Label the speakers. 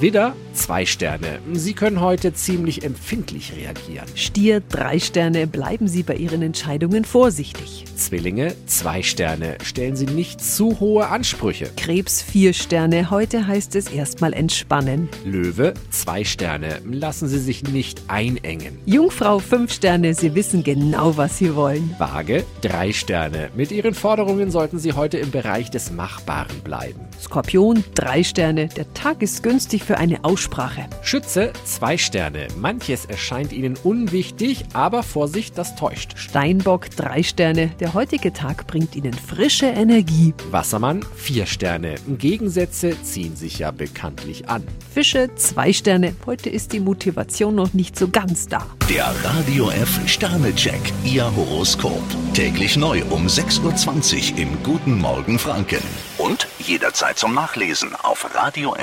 Speaker 1: Widder, zwei Sterne. Sie können heute ziemlich empfindlich reagieren.
Speaker 2: Stier, drei Sterne, bleiben Sie bei Ihren Entscheidungen vorsichtig.
Speaker 1: Zwillinge, zwei Sterne. Stellen Sie nicht zu hohe Ansprüche.
Speaker 2: Krebs, vier Sterne, heute heißt es erstmal entspannen.
Speaker 1: Löwe, zwei Sterne. Lassen Sie sich nicht einengen.
Speaker 2: Jungfrau, fünf Sterne, Sie wissen genau, was Sie wollen.
Speaker 1: Waage, drei Sterne. Mit Ihren Forderungen sollten Sie heute im Bereich des Machbaren bleiben.
Speaker 2: Skorpion, drei Sterne, der Tag ist günstig für eine Aussprache.
Speaker 1: Schütze, zwei Sterne. Manches erscheint Ihnen unwichtig, aber Vorsicht, das täuscht.
Speaker 2: Steinbock, drei Sterne, der heutige Tag bringt Ihnen frische Energie.
Speaker 1: Wassermann, vier Sterne. Gegensätze ziehen sich ja bekanntlich an.
Speaker 2: Fische, zwei Sterne, heute ist die Motivation noch nicht so ganz da.
Speaker 3: Der Radio F Sternecheck, Ihr Horoskop. Täglich neu um 6.20 Uhr im Guten Morgen Franken. Und jederzeit zum Nachlesen auf radiof.de.